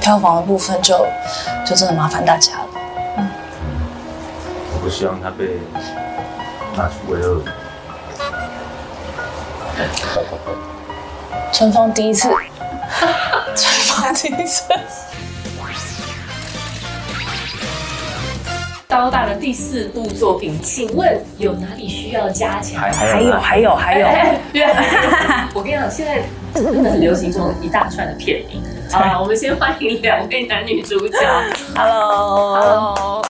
票房的部分就就真的麻烦大家了。我不希望它被拿去为恶。春风第一 次，春风第一次，刀大的第四部作品，请问有哪里需要加强？还还有还有有 还有 哎，对， 我跟你讲，现在真的很流行这种一大串的片名。好啦，我们先欢迎两位男女主角。 ，Hello，哦，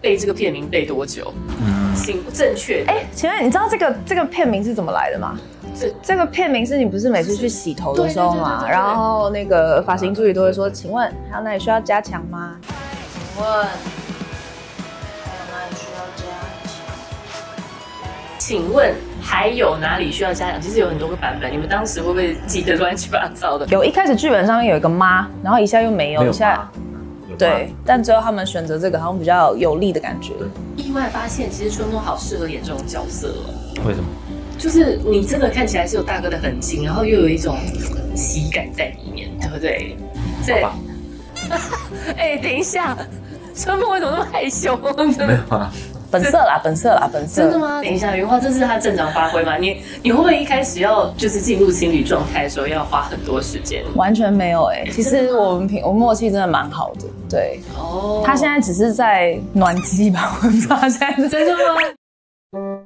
背这个片名背多久？嗯，请正确。哎，请问你知道这个这个片名是怎么来的吗？这这个片名是你不是每次去洗头的时候对对对对嘛，对然后那个发型助理都会说，请问还有哪里需要加强吗？请问还有哪里需要加强？请问还有哪里需要加强？其实有很多个版本，你们当时会不会记得乱七八糟的？有一开始剧本上面有一个妈，然后一下又没有，没有一下吧有吧对，但最后他们选择这个好像比较有力的感觉。意外发现，其实春风好适合演这种角色哦。为什么？就是你真的看起来是有大哥的痕迹，然后又有一种嘖喜感在里面，对不对？对。吧 哎、等一下，春梦为什么那么害羞？真没的有啊，本色啦，本色啦，本色。真的吗？等一下，云花，这是他正常发挥吗？你你会不会一开始要就是进入情侣状态的时候要花很多时间？完全没有哎、其真实的吗我们平我们默契真的蛮好的，对哦他现在只是在暖机吧， 我不知道他现在是真的吗？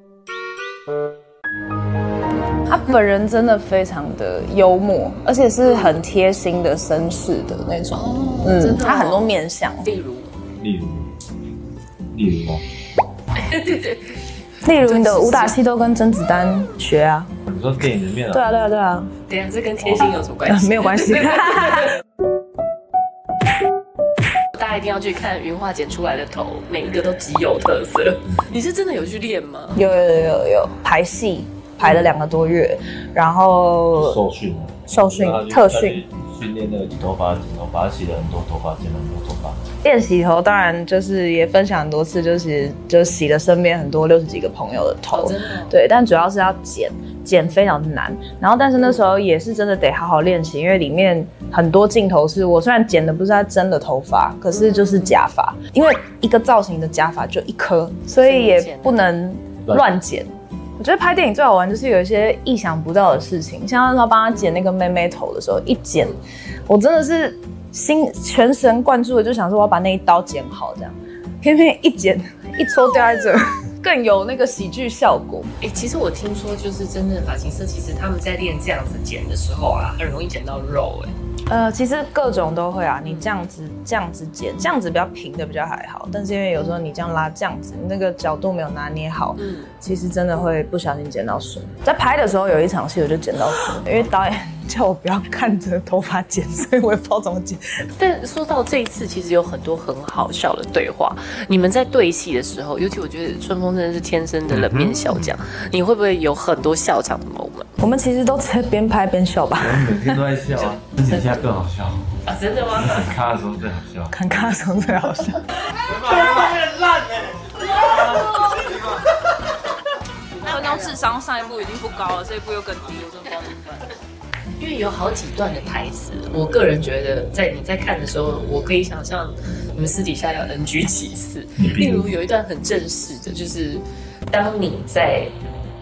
他本人真的非常的幽默，而且是很贴心的绅士的那种，哦真的哦他很多面相，例如， 例如，例如哦，对对，例如你的武打戏都跟甄子丹学啊，你说电影里面啊对啊对啊对啊，等一下这跟贴哦心有什么关系？没有关系， 大家一定要去看云花剪出来的头，每一个都极有特色。你是真的有去练吗？有有有有有排戏排了两个多月，然后受训啊，受训然后他就特训，他就训练那个剪头发，剪头发，他洗了很多头发，剪了很多头发。练习头，当然就是也分享很多次，就是就洗了身边很多六十几个朋友的头，哦真的哦对，但主要是要剪，剪非常难。然后但是那时候也是真的得好好练习，因为里面很多镜头是我虽然剪的不是他真的头发，可是就是假发，因为一个造型的假发就一颗，所以也不能乱剪。我觉得拍电影最好玩就是有一些意想不到的事情，像那时候帮他剪那个妹妹头的时候，一剪，我真的是心全神贯注的就想说我要把那一刀剪好，这样，偏偏一剪一抽掉在这儿， 更有那个喜剧效果。哎、其实我听说，就是真正的发型设计师他们在练这样子剪的时候啊，很容易剪到肉、哎，呃，其实各种都会啊，你这样子这样子剪，这样子比较平的比较还好，但是因为有时候你这样拉这样子，你那个角度没有拿捏好，嗯，其实真的会不小心剪到水。在拍的时候有一场戏我就剪到水，因为导演 叫我不要看着头发剪，所以我也不知道怎么剪。但说到这一次，其实有很多很好笑的对话。你们在对戏的时候，尤其我觉得春风真的是天生的冷面笑匠，你会不会有很多笑场的 moment 我们其实都在边拍边笑吧，我们 每天都在笑 啊，而且现在更好笑，啊？真的吗？看的时候最好笑。看卡总最好笑。那我刚智商上一部已经不高了，这一部又更低，我真的不知道怎么办。因为有好几段的台词，我个人觉得在你在看的时候，我可以想象你们私底下要 NG 几次。嗯例如有一段很正式的，就是当你在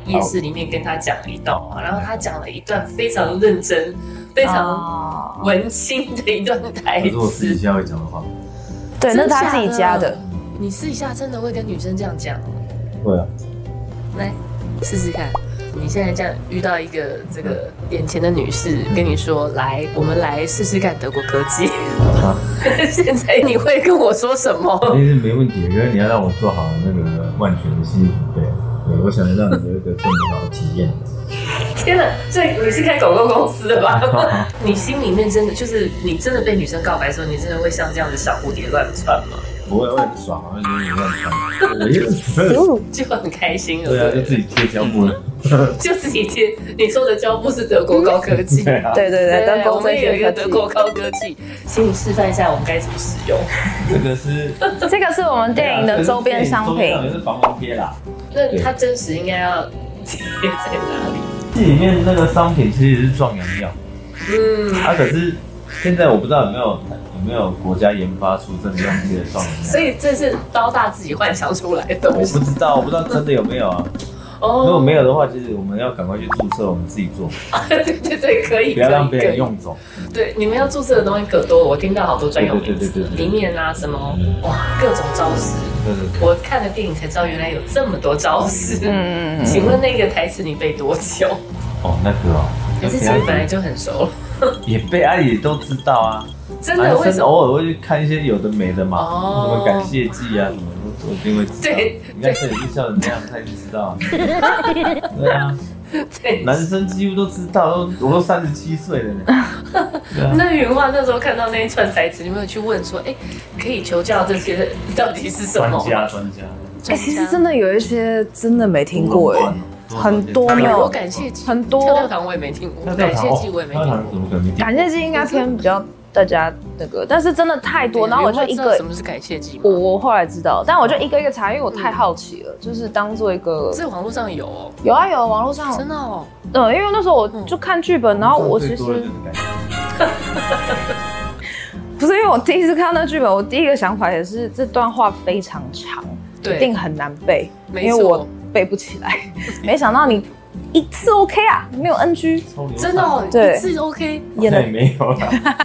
夜市里面跟他讲了一道啊嘛，然后他讲了一段非常认真、非常哦，文青的一段台哦可是我私底词。下会讲的话，对，那是他自己真加的。。你私底下真的会跟女生这样讲哦？会啊，来试试看。你现在这样遇到一个这个眼前的女士，跟你说：“来，我们来试试看德国科技。啊” 现在你会跟我说什肯么？定是没问题的，因为你要让我做好那个万全的心理准备。对，我想让你有一个更好的体验。天哪，这你是开广告公司 的吧？你心里面真的就是你真的被女生告白的时候，你真的会像这样的小蝴蝶乱窜吗？不会，我很爽，我觉得你乱穿，我也是。就很开心了。对啊，不 就自己贴胶布了。就是以前你说的交付是德国高科 技。对啊，对对对对，灯我光们这也有一些个科德技国高科技，请你示范一下我们该怎么使用。这个是这个是我们电影的周边商品。也是防狼贴啦。那它真实应该要贴在哪里？这里面那个商品其实是壮阳药，嗯，它、可是现在我不知道有没有有没有国家研发出真的用这个壮阳药，所以这是刀大自己幻想出来的我东西不知道，我不知道真的有没有啊。如果哦。没有的话，其实我们要赶快去注册，我们自己做，对对对，可以，不要让可以别人。用走。可以对，你们要注册的东西可多，我听到好多专有名对对词对对，对对里面啊什么哇各种招式，对对对，我看了电影才知道原来有这么多招式。嗯嗯嗯，请问那个台词你背多久？哦，那个哦，还是其实本来就很熟了？也被阿姨都知道啊。真男的？为生哦什么？偶尔会去看一些有的没的嘛，哦什么感谢祭啊什么，我一定会知道。对你看这里是笑成这样，他就知道啊。对啊，对。男生几乎都知道，都我都三十七岁了呢。对啊，那云画那时候看到那一串台词，你没有去问说，哎、可以求教这些到底是什么？专家，哎、其实真的有一些真的没听过哎、很多没我有嗯感谢祭很多跳跳糖我也没听过，感谢祭我也没听过。怎么可能没听？感谢祭应该偏比较大家那个，但是真的太多，啊然后我就一你们知道个什。么是感谢祭吗？我我后来知道，但我就一个一个查，因为我太好奇了，就是当做一个在网络上有哦，有啊有啊，网络上有真的哦，嗯，因为那时候我就看剧本，然后我其最实多的就是感谢祭不是因为我第一次看到剧本，我第一个想法也是这段话非常长，对一定很难背，没因为错我背不起 来。没想到你一次 OK 啊，没有 NG，抽流真的哦，对一次 OK。好演像的也没有啦。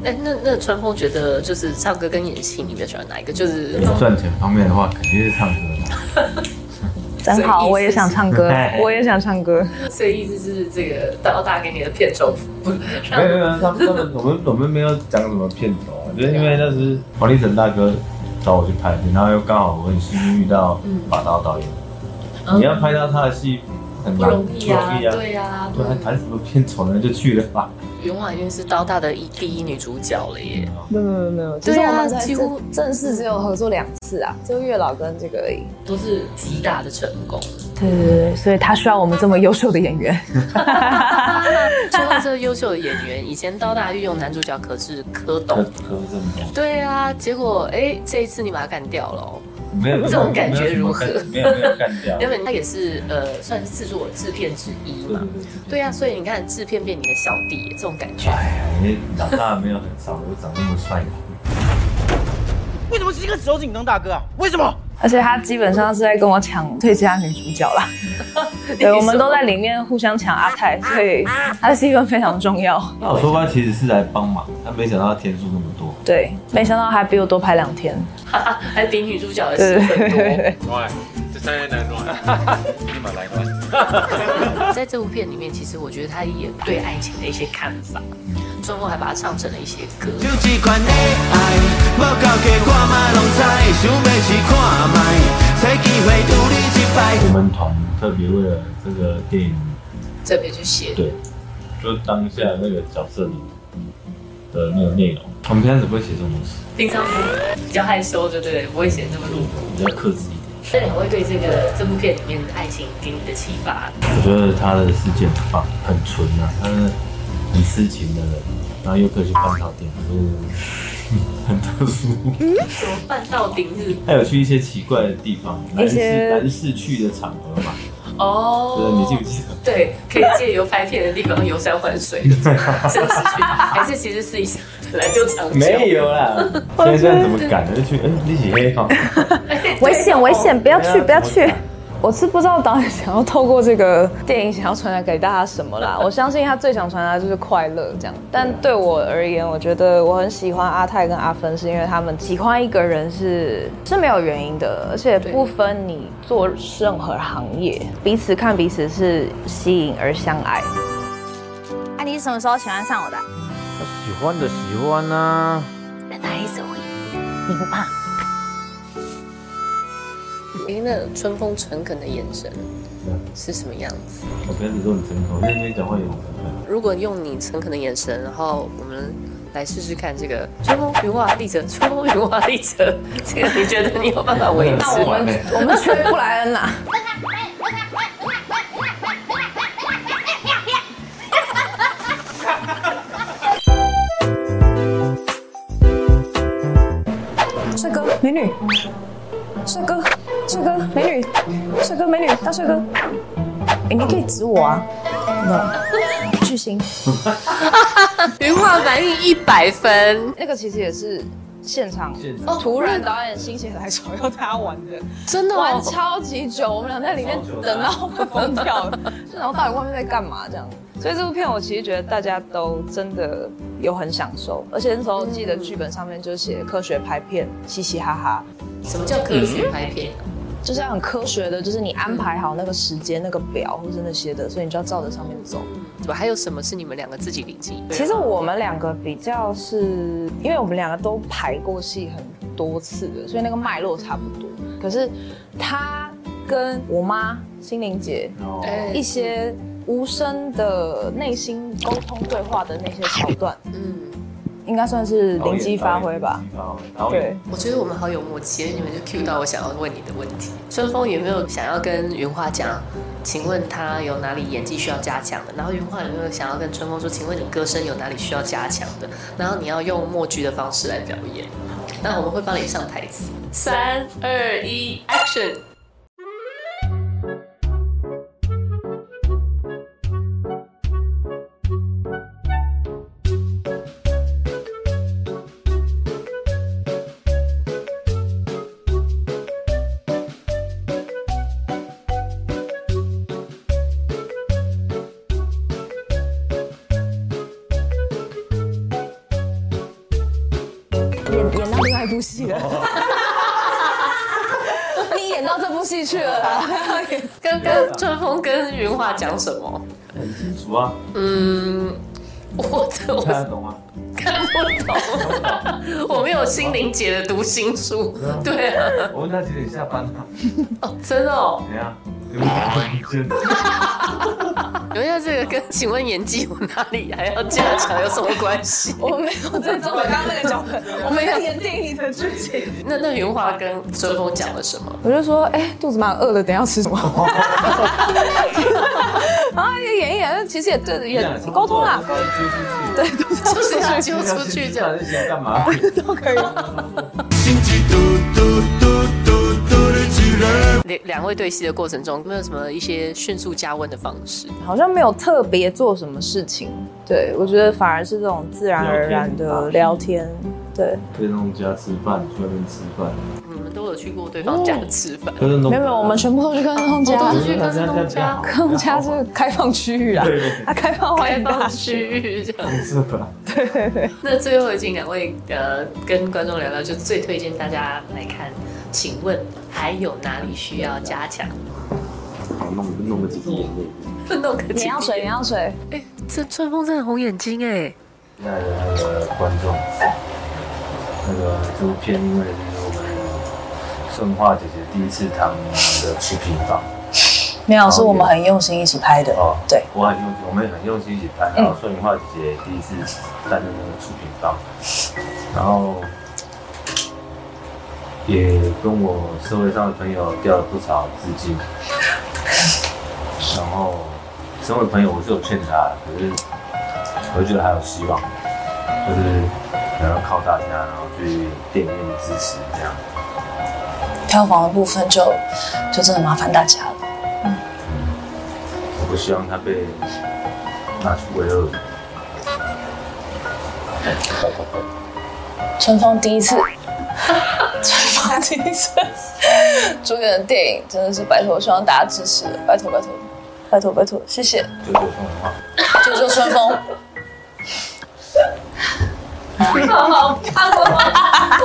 哎，那那川峰觉得就是唱歌跟演戏，你比较喜欢哪一个？就是赚钱方面的话，肯定是唱歌啦。真所以意好，思我也想唱歌是，我也想唱歌。所以意思是这个刀大给你的片酬不没有没有，他们他 们我们我们没有讲什么片头啊，就是因为那时黄立成大哥找我去拍片，然后又刚好我很幸运遇到把刀导演，你要拍到他的戏很嗯不难，容易啊，不容对啊，不然谈什么片酬呢？就去了吧。云婉韵是刀大的一第一女主角了嗯耶。没有没有没有，对啊其实我们才几乎正正式只有合作两次啊，就月老跟这个而已。都是极大的成功。对对对，所以他需要我们这么优秀的演员。说到这个优秀的演员，以前刀大御用男主角可是磕柯董，磕这么多，对啊，结果哎、这一次你把他干掉了、哦，没有这种感觉如何没有没有干 掉。对原本他也是呃算是制作制片之一对嘛对，对啊，所以你看制片变你的小弟耶，这种感觉对，。哎呀，你老大没有很少，我长那么帅。为什么是一个手紧当大哥啊？为什么？而且他基本上是在跟我抢最佳女主角啦。对，我们都在里面互相抢阿泰，所以他的戏份非常重要。那我说他其实是来帮忙，他没想到他天数那么多。对，没想到还比我多拍两天。哈哈，还比女主角的对戏对份对对多。对，喂，这三人难暖， 立马来暖。在这部片里面，其实我觉得他也对爱情的一些看法，最后还把它唱成了一些歌。有一款的爱，无够格我嘛拢知，想要试看卖，找机会拄你一摆。我们团特别为了这个电影这边去写对，就当下那个角色里的那个内容。我们平常只会写这种东西，平常不比较害羞，对不对？不会显那么露骨。比较克制一那两位对这个这部片里面的爱情给你的启发，点。我觉得他的世界很棒，很纯啊，他是很痴情的人，然后又可以去翻炒店，就是嗯 很特殊。怎么办到顶日还有去一些奇怪的地方，男一些士男士去的场合嘛，哦就是你记不记得？对，可以借由拍片的地方游山玩水 的，是不是去？还是其实私底下本来就常交 没，有啦， 现在这样怎么敢呢？就去，嗯，一起黑哈，危险危险，不要去不要对去啊。我是不知道导演想要透过这个电影想要传达给大家什么啦。我相信他最想传达就是快乐这样，但对我而言，我觉得我很喜欢阿泰跟阿芬，是因为他们喜欢一个人是是没有原因的，而且不分你做任何行业，彼此看彼此是吸引而相爱。啊，你什么时候喜欢上我的？喜欢的喜欢啊，哎，那春风诚恳的眼神是什么样子？啊我跟你说你诚恳，我在那边讲话也很诚恳。如果用你诚恳的眼神，然后我们来试试看这个春风云化立着，春风云化立着，这个你觉得你有办法维持 那吗？ 我们我们学布莱恩啦，哥，美女，帅哥，帅哥，美女，帅哥，美女，大帅哥。哎、你可以指我啊，那巨星云画反应一百分，那个其实也是现场现场突然导演心血来潮要他玩的，真的玩哦。超级久，我们俩在里面等到快疯掉了。就 然后到底外面在干嘛这样。所以这部片我其实觉得大家都真的有很享受，而且那时候记得剧本上面就写科学拍片，嘻嘻哈哈，什么叫科学拍片？就是要很科学的，就是你安排好那个时间、那个表或者那些的，所以你就要照着上面走。怎么哦还有什么是你们两个自己灵机？其实我们两个比较是，因为我们两个都排过戏很多次的，所以那个脉络差不多。可是他跟我妈心灵姐哎一些无声的内心沟通对话的那些桥段，嗯，应该算是灵机发挥吧。导对演，，我觉得我们好有默契，你们就 cue 到我想要问你的问题。春风有没有想要跟云画讲？请问他有哪里演技需要加强的？然后云画有没有想要跟春风说？请问你歌声有哪里需要加强的？然后你要用默剧的方式来表演。那我们会帮你上台词。三二一，action！演演到另外一部戏了。你演到这部戏去了啦，刚刚春风跟云画讲什么？很清楚啊，嗯，我这我看得懂啊。看不懂，我没有心灵姐的读心术。对啊，我问他几点下班啊？哦，真的哦。怎样？有没有真的？留下这个跟请问演技有哪里还要加强有什么关系？我没有在做我刚刚那个脚本，我没有演电影的剧情。那那云华跟春风讲了什么？ 我就说，哎、肚子蛮饿的，等一下要 吃什么？然后演一演，其实也对，也沟通啦，对，就是要揪出去 这样。这些干嘛？心急嘟嘟嘟嘟嘟的几人，两两位对戏的过程中，有没有什么一些迅速加温的方式？好像没有特别做什么事情。对，我觉得反而是这种自然而然的聊天。对，跟农家吃饭，去外面吃饭，你们都有去过对方家吃饭，跟农没有没有，我们全部都去跟东家，都是去跟农家跟东家是开放区域啦，对啊，开放欢开迎大 放家。区域这样。是吧？那最后，请两位呃跟观众聊聊，就最推荐大家来看。请问还有哪里需要加强？好，弄弄个几滴眼泪。弄个眼药水，眼药水，哎，这春风真的红眼睛哎。亲爱的那个观众，那个这部片因为就是我们顺化姐姐第一次他们的出品房没有，是我们很用心一起拍的。哦，对，我很用心，我们很用心一起拍，然后顺化姐姐第一次担任那个出品方，然后也跟我社会上的朋友掉了不少资金，然后身为朋友我是有劝他，可是我就觉得还有希望，就是然后靠大家，然后去电影院支持这样。票房的部分就就真的麻烦大家了。我不希望它被拿去为恶。春风第一次，春风第一次主演的电影真的是拜托，我希望大家支持，拜托拜托，拜托拜托，谢谢，就这种话，救救春风。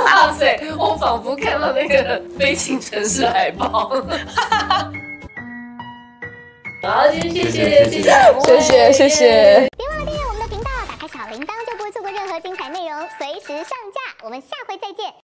哇塞，我仿佛看到那个《飞行城市》海报。好，今天谢谢谢谢两位谢谢谢谢。别忘了订阅我们的频道，打开小铃铛就不会错过任何精彩内容，随时上架。我们下回再见。